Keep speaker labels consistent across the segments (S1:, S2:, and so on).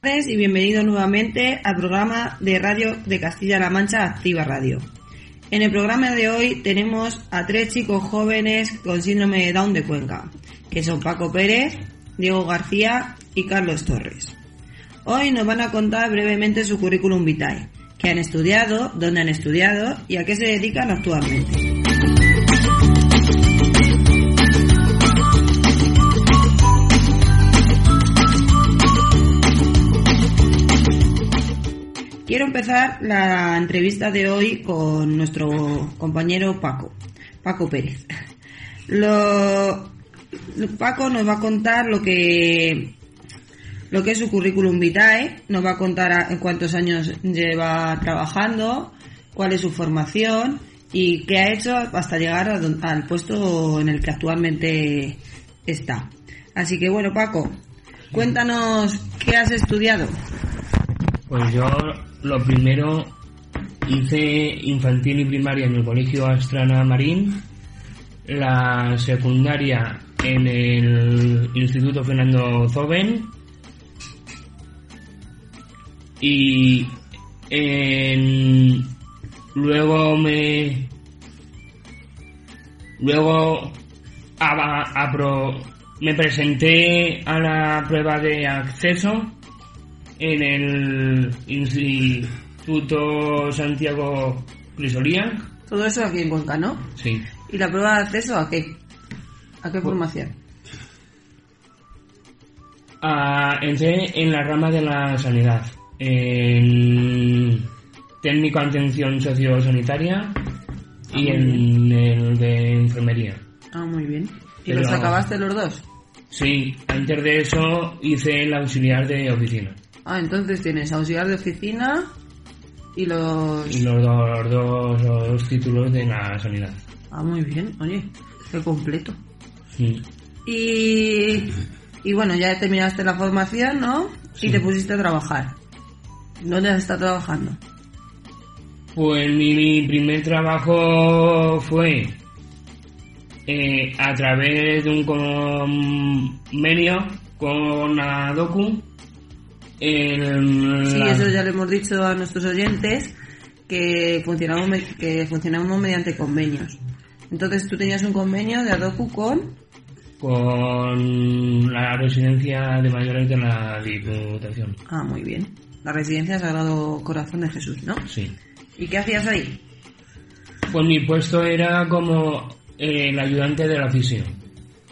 S1: tardes y bienvenidos nuevamente al programa de radio de Castilla-La Mancha Activa Radio. En el programa de hoy tenemos a tres chicos jóvenes con síndrome de Down de Cuenca, que son Paco Pérez, Diego García y Carlos Torres. Hoy nos van a contar brevemente su currículum vitae, qué han estudiado, dónde han estudiado y a qué se dedican actualmente. Quiero empezar la entrevista de hoy con nuestro compañero Paco, Paco Pérez. Lo- Paco nos va a contar lo que lo que es su currículum vitae, nos va a contar a- en cuántos años lleva trabajando, cuál es su formación y qué ha hecho hasta llegar a don- al puesto en el que actualmente está. Así que bueno, Paco, cuéntanos qué has estudiado.
S2: Pues yo lo primero hice infantil y primaria en el colegio Astrana Marín, la secundaria en el Instituto Fernando Zoben y en- luego me luego aba- apro- me presenté a la prueba de acceso en el Instituto Santiago Crisolía.
S1: Todo eso aquí en Cuenca, ¿no?
S2: Sí.
S1: ¿Y la prueba de acceso a qué? ¿A qué formación?
S2: Ah, entré en la rama de la sanidad, en técnico en atención sociosanitaria y en el de enfermería.
S1: Ah, muy bien. ¿Y
S2: Pero
S1: los
S2: Eh, vamos.
S1: acabaste los dos?
S2: Sí, antes de eso hice el auxiliar de oficina.
S1: Ah, entonces tienes auxiliar de oficina y
S2: Y
S1: los...
S2: los dos, los dos- los títulos de la sanidad.
S1: Ah, muy bien. Oye, qué completo.
S2: Sí.
S1: Y... Y bueno, ya terminaste la formación, ¿no? Y te pusiste a trabajar. ¿Dónde has estado trabajando?
S2: Pues mi, mi primer trabajo fue eh, a través de un convenio con Adoku. El,
S1: Sí,
S2: la-
S1: eso ya lo hemos dicho a nuestros oyentes que funcionamos, me- que funcionamos mediante convenios. Entonces tú tenías un convenio de Adoku con...
S2: Con la residencia de mayores de la Diputación.
S1: Ah, muy bien. La residencia Sagrado Corazón de Jesús, ¿no?
S2: Sí.
S1: ¿Y qué hacías ahí?
S2: Pues mi puesto era como eh, el ayudante de la oficina.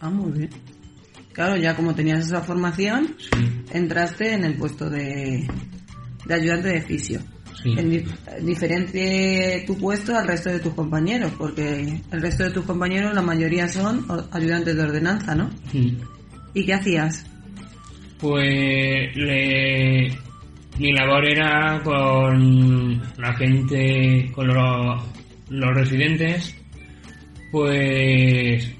S1: Ah, muy bien. Claro, ya como tenías esa formación,
S2: Sí,
S1: entraste en el puesto de, de ayudante de fisio.
S2: sí.
S1: En di- diferente tu puesto al resto de tus compañeros, porque el resto de tus compañeros, la mayoría son o- ayudantes de ordenanza, ¿no?
S2: Sí.
S1: ¿Y qué hacías?
S2: Pues le- mi labor era con la gente, con lo- los residentes, pues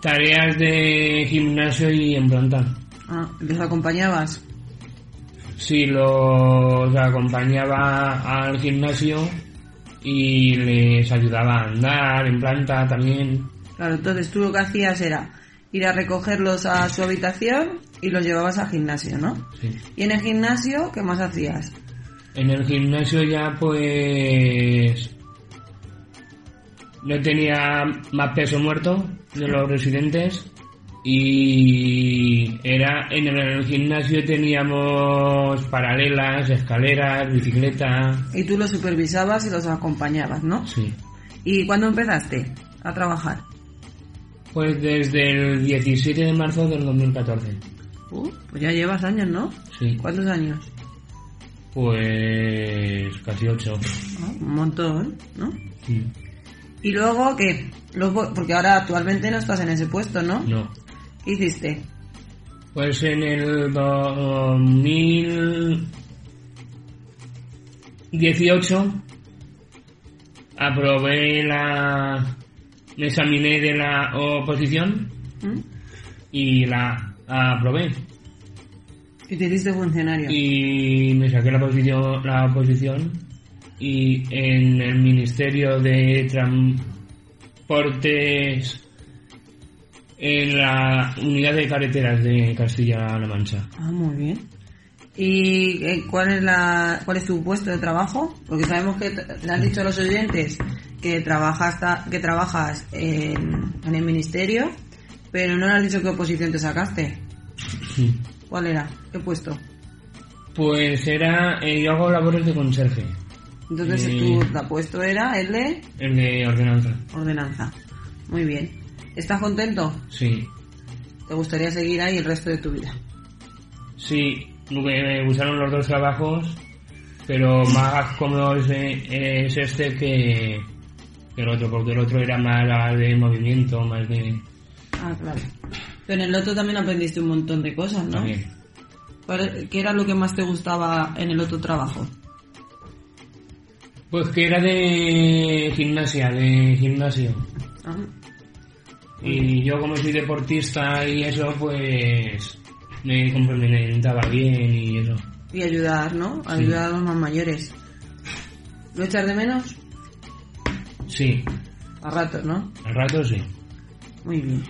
S2: tareas de gimnasio y en planta.
S1: Ah, ¿Los acompañabas?
S2: Sí, los acompañaba al gimnasio y les ayudaba a andar en planta también.
S1: Claro, entonces tú lo que hacías era ir a recogerlos a su habitación y los llevabas al gimnasio, ¿no?
S2: Sí.
S1: ¿Y en el gimnasio qué más hacías?
S2: En el gimnasio ya pues no tenía más peso muerto de los residentes y era en el, en el gimnasio teníamos paralelas, escaleras, bicicleta.
S1: Y tú los supervisabas y los acompañabas, ¿no?
S2: Sí.
S1: ¿Y cuándo empezaste a trabajar?
S2: Pues desde el 17 de marzo del 2014.
S1: Uh, pues ya llevas años, ¿no?
S2: Sí.
S1: ¿Cuántos años?
S2: Pues casi 8.
S1: Ah, un montón, ¿no? Y luego que, los bo- porque ahora actualmente no estás en ese puesto, ¿no?
S2: No.
S1: ¿Qué hiciste?
S2: Pues en el 2018 aprobé la... me examiné de la oposición
S1: ¿Mm?
S2: y la aprobé.
S1: Y te hiciste funcionario.
S2: Y me saqué la posición, la oposición y en el Ministerio de Transportes en la unidad de carreteras de Castilla-La Mancha.
S1: Ah, muy bien. ¿Y eh, cuál es la cuál es tu puesto de trabajo? Porque sabemos que t- le han dicho a los oyentes que trabajas ta- que trabajas en, en el ministerio, pero no le has dicho qué oposición te sacaste. ¿Cuál era? ¿Qué puesto?
S2: Pues era, eh, yo hago labores de conserje,
S1: Entonces
S2: Eh.
S1: tu la puesto era el de
S2: el de ordenanza.
S1: ordenanza. Muy bien. ¿Estás contento?
S2: Sí,
S1: ¿Te gustaría seguir ahí el resto de tu vida?
S2: sí, me, me gustaron los dos trabajos, pero más cómodo es, eh, es este que, que el otro, porque el otro era más de movimiento, más de...
S1: Ah, claro. Pero en el otro también aprendiste un montón de cosas, ¿no?
S2: También.
S1: ¿Cuál- ¿Qué era lo que más te gustaba en el otro trabajo?
S2: Pues que era de gimnasia, de gimnasio.
S1: Ah,
S2: Y yo como soy deportista y eso, pues me complementaba bien y eso.
S1: Y ayudar, ¿no? Ayudar a los más mayores. ¿Lo echas de menos?
S2: Sí,
S1: A ratos, ¿no?
S2: al rato sí.
S1: Muy bien.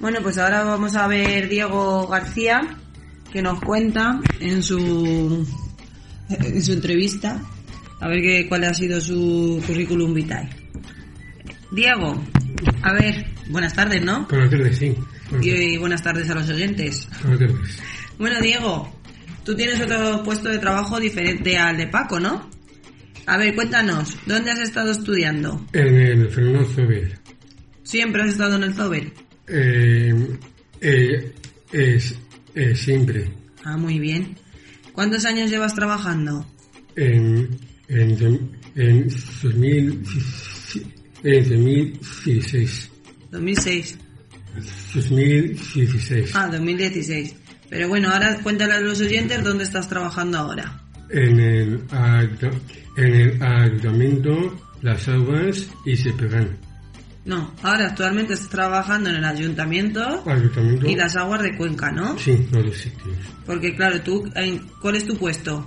S1: Bueno, pues ahora vamos a ver Diego García, que nos cuenta en su, en su entrevista, a ver qué cuál ha sido su currículum vitae. Diego, a ver, buenas tardes, ¿no?
S3: Buenas tardes, sí. Buenas tardes.
S1: Y buenas tardes a los oyentes.
S3: Buenas tardes.
S1: Bueno, Diego, tú tienes otro puesto de trabajo diferente al de Paco, ¿no? A ver, cuéntanos, ¿dónde has estado estudiando?
S3: En el Fernando Zobel.
S1: ¿Siempre has estado en el Zobel?
S3: Eh, eh, es, eh, siempre.
S1: Ah, muy bien. ¿Cuántos años llevas trabajando?
S3: En, en, do- en 2000, en 2016.
S1: 2006.
S3: 2016.
S1: Ah, 2016. Pero bueno, ahora cuéntale a los oyentes dónde estás trabajando ahora.
S3: En el, ayuda- en el ayuntamiento las aguas y se pegan.
S1: No, ahora actualmente estás trabajando en el ayuntamiento
S3: Ayuntamiento.
S1: y las aguas de Cuenca, ¿no?
S3: Sí, todos sitios.
S1: Porque claro, tú, en- ¿cuál es tu puesto?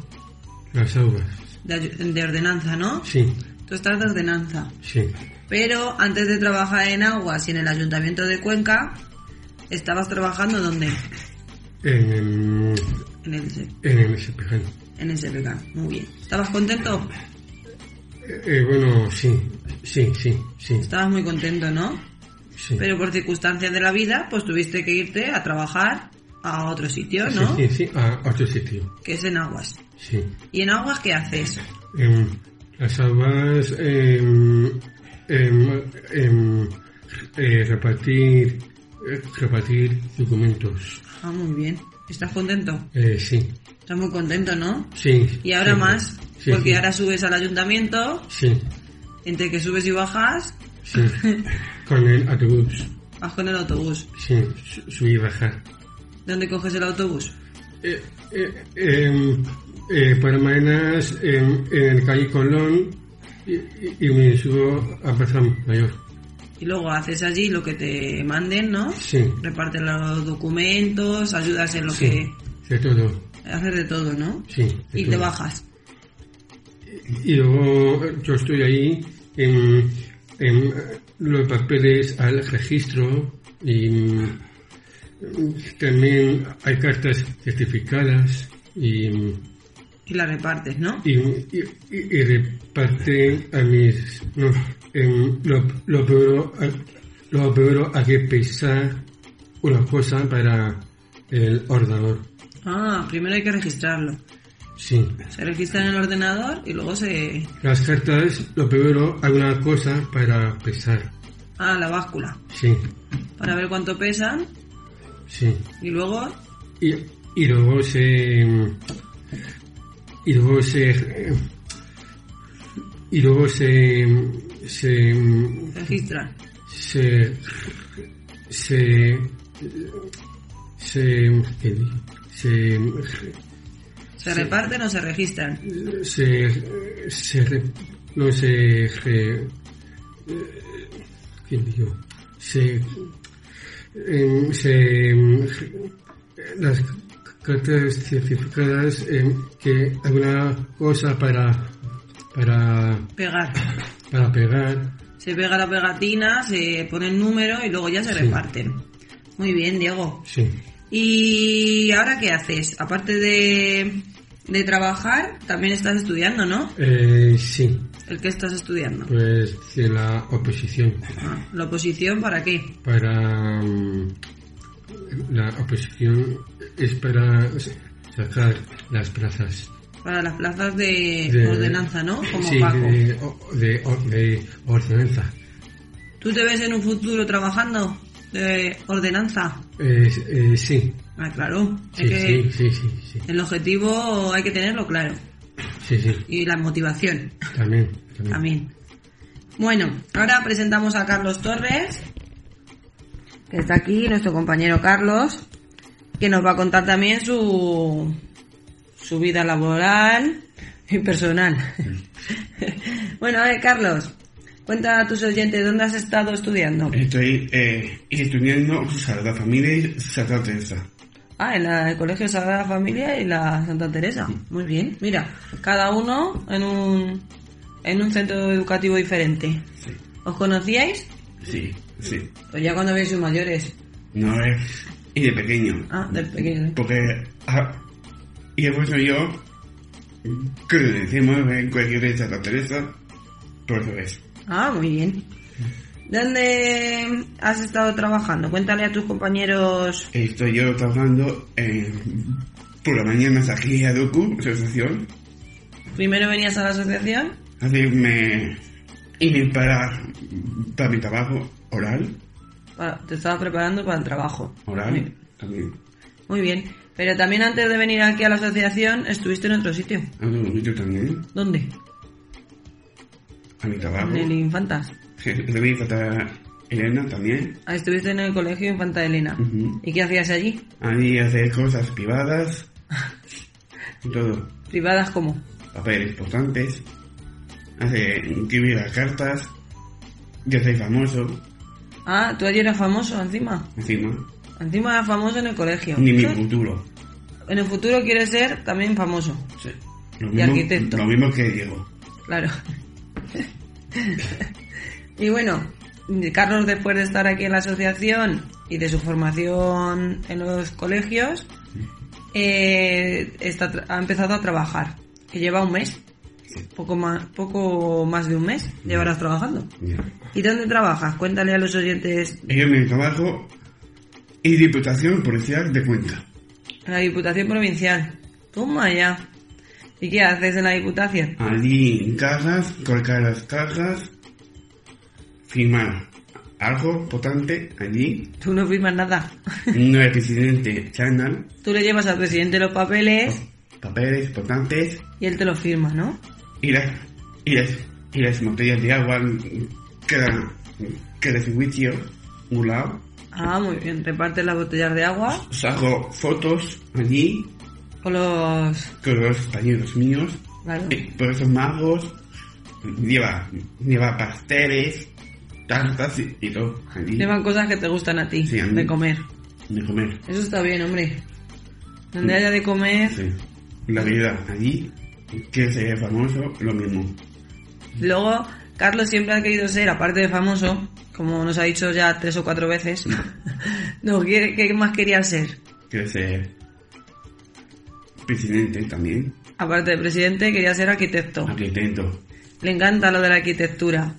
S3: Las aguas.
S1: De, ayu- de ordenanza, ¿no?
S3: Sí,
S1: Tú estás de ordenanza.
S3: sí.
S1: Pero antes de trabajar en Aguas y en el Ayuntamiento de Cuenca, estabas trabajando ¿dónde?
S3: En el,
S1: En el,
S3: en el SPG.
S1: en el SPK. Muy bien. ¿Estabas contento?
S3: Eh, eh, bueno, sí, sí, sí, sí,
S1: Estabas muy contento, ¿no?
S3: sí.
S1: Pero por circunstancias de la vida, pues tuviste que irte a trabajar a otro sitio, ¿no?
S3: Sí, sí, sí, a otro sitio,
S1: Que es en Aguas.
S3: sí.
S1: ¿Y en Aguas qué haces?
S3: Em, las aguas, em, em, em, eh, repartir, eh, repartir documentos.
S1: Ah, muy bien. ¿Estás contento?
S3: Eh, sí,
S1: Estás muy contento, ¿no?
S3: sí.
S1: Y ahora
S3: sí,
S1: más,
S3: sí,
S1: porque
S3: sí,
S1: ahora subes al ayuntamiento,
S3: Sí,
S1: entre que subes y bajas,
S3: sí. Con el autobús,
S1: vas con el autobús.
S3: sí, su- subir y bajar.
S1: ¿Dónde coges el autobús?
S3: Eh, eh, em, eh, por mañanas em, en el calle Colón y, y- y me subo a Plaza Mayor.
S1: Y luego haces allí lo que te manden, ¿no?
S3: Sí,
S1: Repartes los documentos, ayudas en lo
S3: sí, de todo,
S1: que haces de todo, ¿no?
S3: sí. de
S1: Y te
S3: todo.
S1: bajas.
S3: Y luego eh, yo estoy ahí en, en los papeles al registro y mm, también hay cartas certificadas y, mm,
S1: Y la repartes, ¿no?
S3: y, y, y- y reparten a mis no, em, lo, lo peor a- lo peor hay que pensar una cosa para el ordenador
S1: Ah, primero hay que registrarlo.
S3: sí
S1: Se registra en el ordenador y luego se...
S3: las cartas lo peor hay una cosa para pensar
S1: Ah, la báscula.
S3: sí
S1: para ver cuánto pesan
S3: sí.
S1: y luego
S3: Y, y luego se. Y luego se. Y luego se. Se.
S1: registran.
S3: Se. Se. Se. ¿qué dije? Se.
S1: ¿Se reparten o se registran?
S3: Se. Se. re- No se. re- ¿Qué digo? Se. em, se. Las cartas certificadas em, que alguna cosa para. Para.
S1: Pegar.
S3: Para pegar.
S1: Se pega la pegatina, se pone el número y luego ya se
S3: Sí.
S1: reparten. Muy bien, Diego.
S3: Sí.
S1: ¿Y ahora qué haces? Aparte de, de trabajar, también estás estudiando, ¿no?
S3: Eh, sí.
S1: ¿El que estás estudiando?
S3: Pues de la oposición.
S1: Ah, ¿La oposición para qué?
S3: Para mm, la oposición es para sacar las plazas.
S1: Para las plazas de,
S3: De-
S1: Eh, ordenanza, ¿no? Como
S3: sí,
S1: Paco.
S3: De, o- de, o- de ordenanza.
S1: ¿Tú te ves en un futuro trabajando de ordenanza?
S3: Eh, eh, sí.
S1: Ah, claro. Es
S3: Sí,
S1: que
S3: sí, sí, sí, sí,
S1: el objetivo hay que tenerlo claro.
S3: sí, sí,
S1: Y la motivación
S3: también, también.
S1: también. Bueno, ahora presentamos a Carlos Torres, que está aquí, nuestro compañero Carlos, que nos va a contar también su, su vida laboral y personal. bueno, a ver, Carlos, cuenta a tus oyentes dónde has estado estudiando.
S4: Estoy eh, estudiando Sagrada Familia y Sagrada Teresa.
S1: Ah, en la- el Colegio Sagrada Familia y la Santa Teresa. Muy bien. Mira, cada uno en un, en un centro educativo diferente.
S4: Sí,
S1: ¿Os conocíais?
S4: sí, sí.
S1: Pues ya cuando veis sus mayores.
S4: No es... Y de pequeño.
S1: Ah, del pequeño.
S4: Porque... ah, y he puesto yo... Que le decimos en cualquier de Santa Teresa. Por eso es.
S1: Ah, muy bien. ¿Dónde has estado trabajando? Cuéntale a tus compañeros.
S4: Estoy yo trabajando en... Por la mañana aquí a Doku, asociación.
S1: Primero venías a la asociación.
S4: Hacerme... Y para... Para mi trabajo oral.
S1: para- te estabas preparando para el trabajo.
S4: Oral. También.
S1: Muy bien. Pero también antes de venir aquí a la asociación estuviste en otro sitio.
S4: Hago un vídeo también.
S1: ¿Dónde?
S4: A mi trabajo.
S1: En el Infantas.
S4: Debí tratar Elena también.
S1: Ah, estuviste en el colegio Infanta Elena.
S4: Ujú.
S1: ¿Y qué hacías allí?
S4: Ahí hacer cosas privadas. Todo.
S1: ¿Privadas como
S4: Papeles importantes. Hacer escribir las cartas. Yo soy famoso.
S1: Ah, tú allí eras famoso encima.
S4: Encima.
S1: Encima eras famoso en el colegio.
S4: Ni mi
S1: Eso-
S4: futuro.
S1: En el futuro quieres ser también famoso.
S4: Sí. Lo
S1: Y arquitecto.
S4: lo mismo que Diego.
S1: Claro. y bueno, Carlos, después de estar aquí en la asociación y de su formación en los colegios, eh, está tra- ha empezado a trabajar. Que lleva un mes. Poco más, poco más de un mes llevarás trabajando.
S4: Ya.
S1: ¿Y dónde trabajas? Cuéntale a los oyentes
S4: Yo en mi trabajo y Diputación Policial de Cuenca.
S1: en la Diputación Provincial. Toma ya. ¿Y qué haces en la Diputación?
S4: Allí en cajas, colgar las cajas, firmar algo potente allí.
S1: Tú no firmas nada.
S4: No el presidente Channel,
S1: Tú le llevas al presidente los papeles
S4: papeles potentes
S1: y él te los firma, ¿no?
S4: y las, y las, y las botellas de agua que, que de juicio, un lado.
S1: Ah, muy bien. Repartes las botellas de agua
S4: Saco fotos allí
S1: con los...
S4: con los compañeros míos,
S1: Claro.
S4: eh, por esos magos. Lleva, lleva pasteles, tartas y, y todo allí.
S1: Llevan cosas que te gustan a ti,
S4: Sí, a mí.
S1: de comer.
S4: de comer.
S1: Eso está bien, hombre. Donde
S4: Mm.
S1: haya de comer,
S4: Sí. La vida allí, que se es famoso, lo mismo.
S1: Luego, Carlos siempre ha querido ser, aparte de famoso, como nos ha dicho ya tres o cuatro veces, no, ¿qué, qué más quería ser?
S4: Que se presidente también,
S1: Aparte de presidente, quería ser arquitecto.
S4: arquitecto.
S1: Le encanta lo de la arquitectura.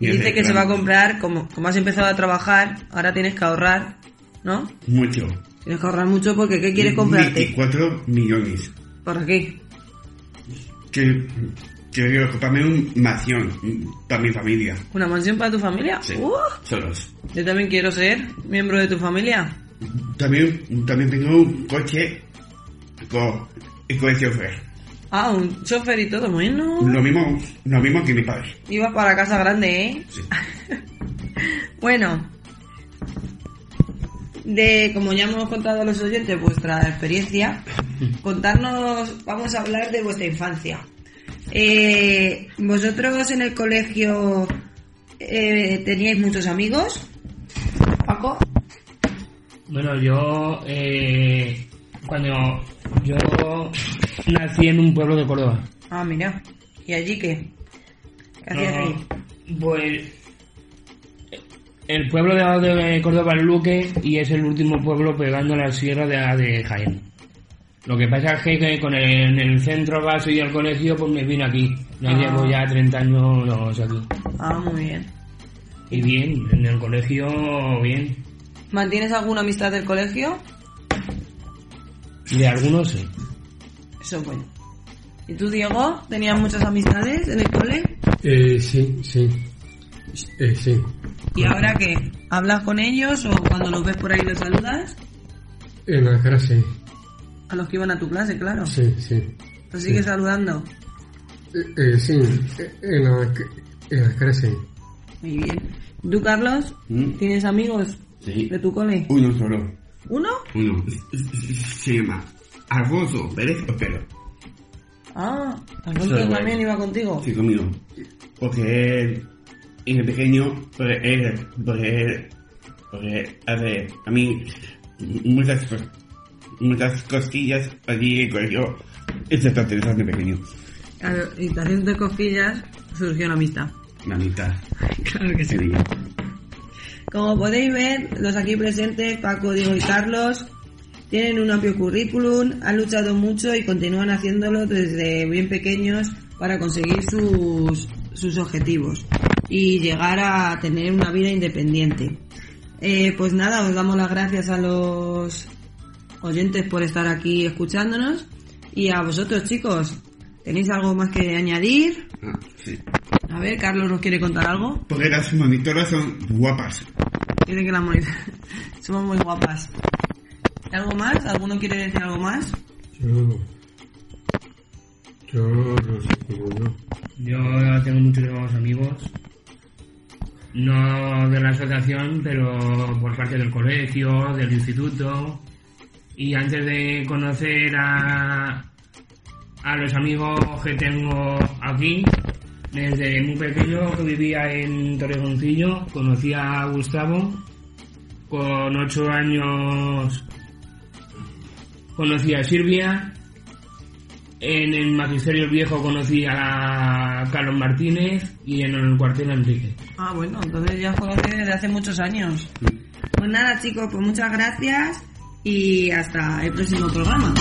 S1: Y
S4: Y
S1: dice
S4: hacer
S1: que se va a
S4: planos.
S1: comprar, como, como has empezado a trabajar, ahora tienes que ahorrar, ¿no?
S4: Mucho.
S1: Tienes que ahorrar mucho porque ¿qué quieres comprarte?
S4: 24 millones.
S1: ¿Para qué?
S4: Que, yo quiero comprarme un mación para mi familia.
S5: ¿Una mansión para tu familia?
S4: Sí.
S5: ¡Uh!
S4: Solos.
S5: Yo también quiero ser miembro de tu familia.
S4: También, también tengo un coche con, con el chofer.
S5: Ah, un chofer y todo, bueno.
S4: Lo mismo, lo mismo que mi padre.
S5: Iba para casa grande, ¿eh?
S4: Sí.
S5: Bueno.
S1: de, como ya hemos contado a los oyentes vuestra experiencia, contarnos, vamos a hablar de vuestra infancia. Eh, ¿Vosotros en el colegio eh, teníais muchos amigos? Paco,
S2: Bueno, yo eh, cuando yo nací en un pueblo de Córdoba.
S1: ah, mira, ¿y allí qué? ¿Qué hacías
S2: No,
S1: ahí?
S2: Pues el pueblo de, al lado de Córdoba es Luque y es el último pueblo pegando a la sierra de, de Jaén. Lo que pasa es que, que con el, en el centro base y al colegio pues me vine aquí. No
S5: Ah.
S2: llevo ya 30 años los aquí.
S5: Ah, muy bien.
S2: Y bien, en el colegio bien.
S5: ¿Mantienes alguna amistad del colegio?
S2: De algunos sí.
S5: Eso es bueno. ¿Y tú, Diego? ¿Tenías muchas amistades en el cole?
S3: Eh, sí, sí. Eh, sí.
S5: ¿Y ahora qué? ¿Hablas con ellos o cuando los ves por ahí los saludas?
S3: En la cara sí.
S5: A los que iban a tu clase, claro.
S3: Sí, sí.
S5: Los sigues saludando.
S3: Eh, eh, sí. Eh, En la, ca- en la cara sí.
S5: Muy bien. ¿Tú, Carlos?
S4: Mm.
S5: ¿Tienes amigos
S4: Sí.
S5: de tu cole?
S4: Uno solo.
S5: ¿Uno?
S4: Uno. Se llama Alfonso Pérez Otero.
S5: Ah,
S4: Eso es
S5: Alfonso
S4: bueno.
S5: también iba contigo.
S4: Sí, conmigo. Porque él es pequeño, porque él, porque él, porque él hace a mí muchas, cos- muchas costillas allí en el colegio. Este está interesante pequeño.
S5: Claro, y te haciendo cosquillas surgió una amistad.
S4: La mitad.
S5: Claro que
S4: Sí.
S1: Como podéis ver, los aquí presentes, Paco, Diego y Carlos, tienen un amplio currículum, han luchado mucho y continúan haciéndolo desde bien pequeños para conseguir sus, sus objetivos y llegar a tener una vida independiente. Eh, pues nada, os damos las gracias a los oyentes por estar aquí escuchándonos y a vosotros chicos, ¿tenéis algo más que añadir?
S4: Ah, sí.
S1: A ver, Carlos nos quiere contar algo.
S4: Porque las monitoras son guapas.
S1: Tiene que la Somos muy guapas. ¿Algo más? ¿Alguno quiere decir algo más?
S3: Yo. Yo no sé cómo no.
S2: Yo tengo muchos amigos. No de la asociación, pero por parte del colegio, del instituto. Y antes de conocer a, a los amigos que tengo aquí, desde muy pequeño que vivía en Torrejoncillo, conocí a Gustavo. Con ocho años conocí a Silvia, en el Magisterio Viejo conocí a Carlos Martínez y en el cuartel a Enrique.
S5: Ah, bueno, entonces ya os conoces desde hace muchos años.
S1: Pues nada, chicos, pues muchas gracias y hasta el próximo programa.